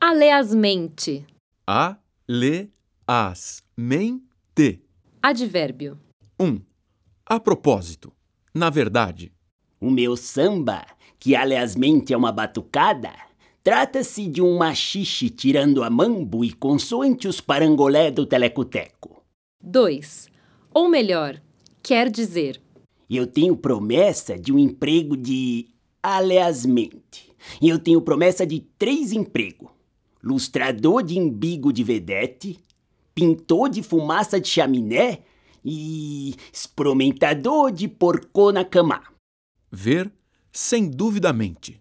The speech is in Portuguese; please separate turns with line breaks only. Aleasmente.
A, le, as, men, te.
Advérbio.
1. A propósito. Na verdade.
O meu samba, que aliasmente é uma batucada, trata-se de um machixe tirando a mambo e consoante os parangolé do telecoteco.
2. Ou melhor, quer dizer.
E Eu tenho promessa de um emprego de aliasmente. E eu tenho promessa de três empregos: lustrador de embigo de vedete, pintor de fumaça de chaminé e espromentador de porco na cama.
Ver, sem duvidamente.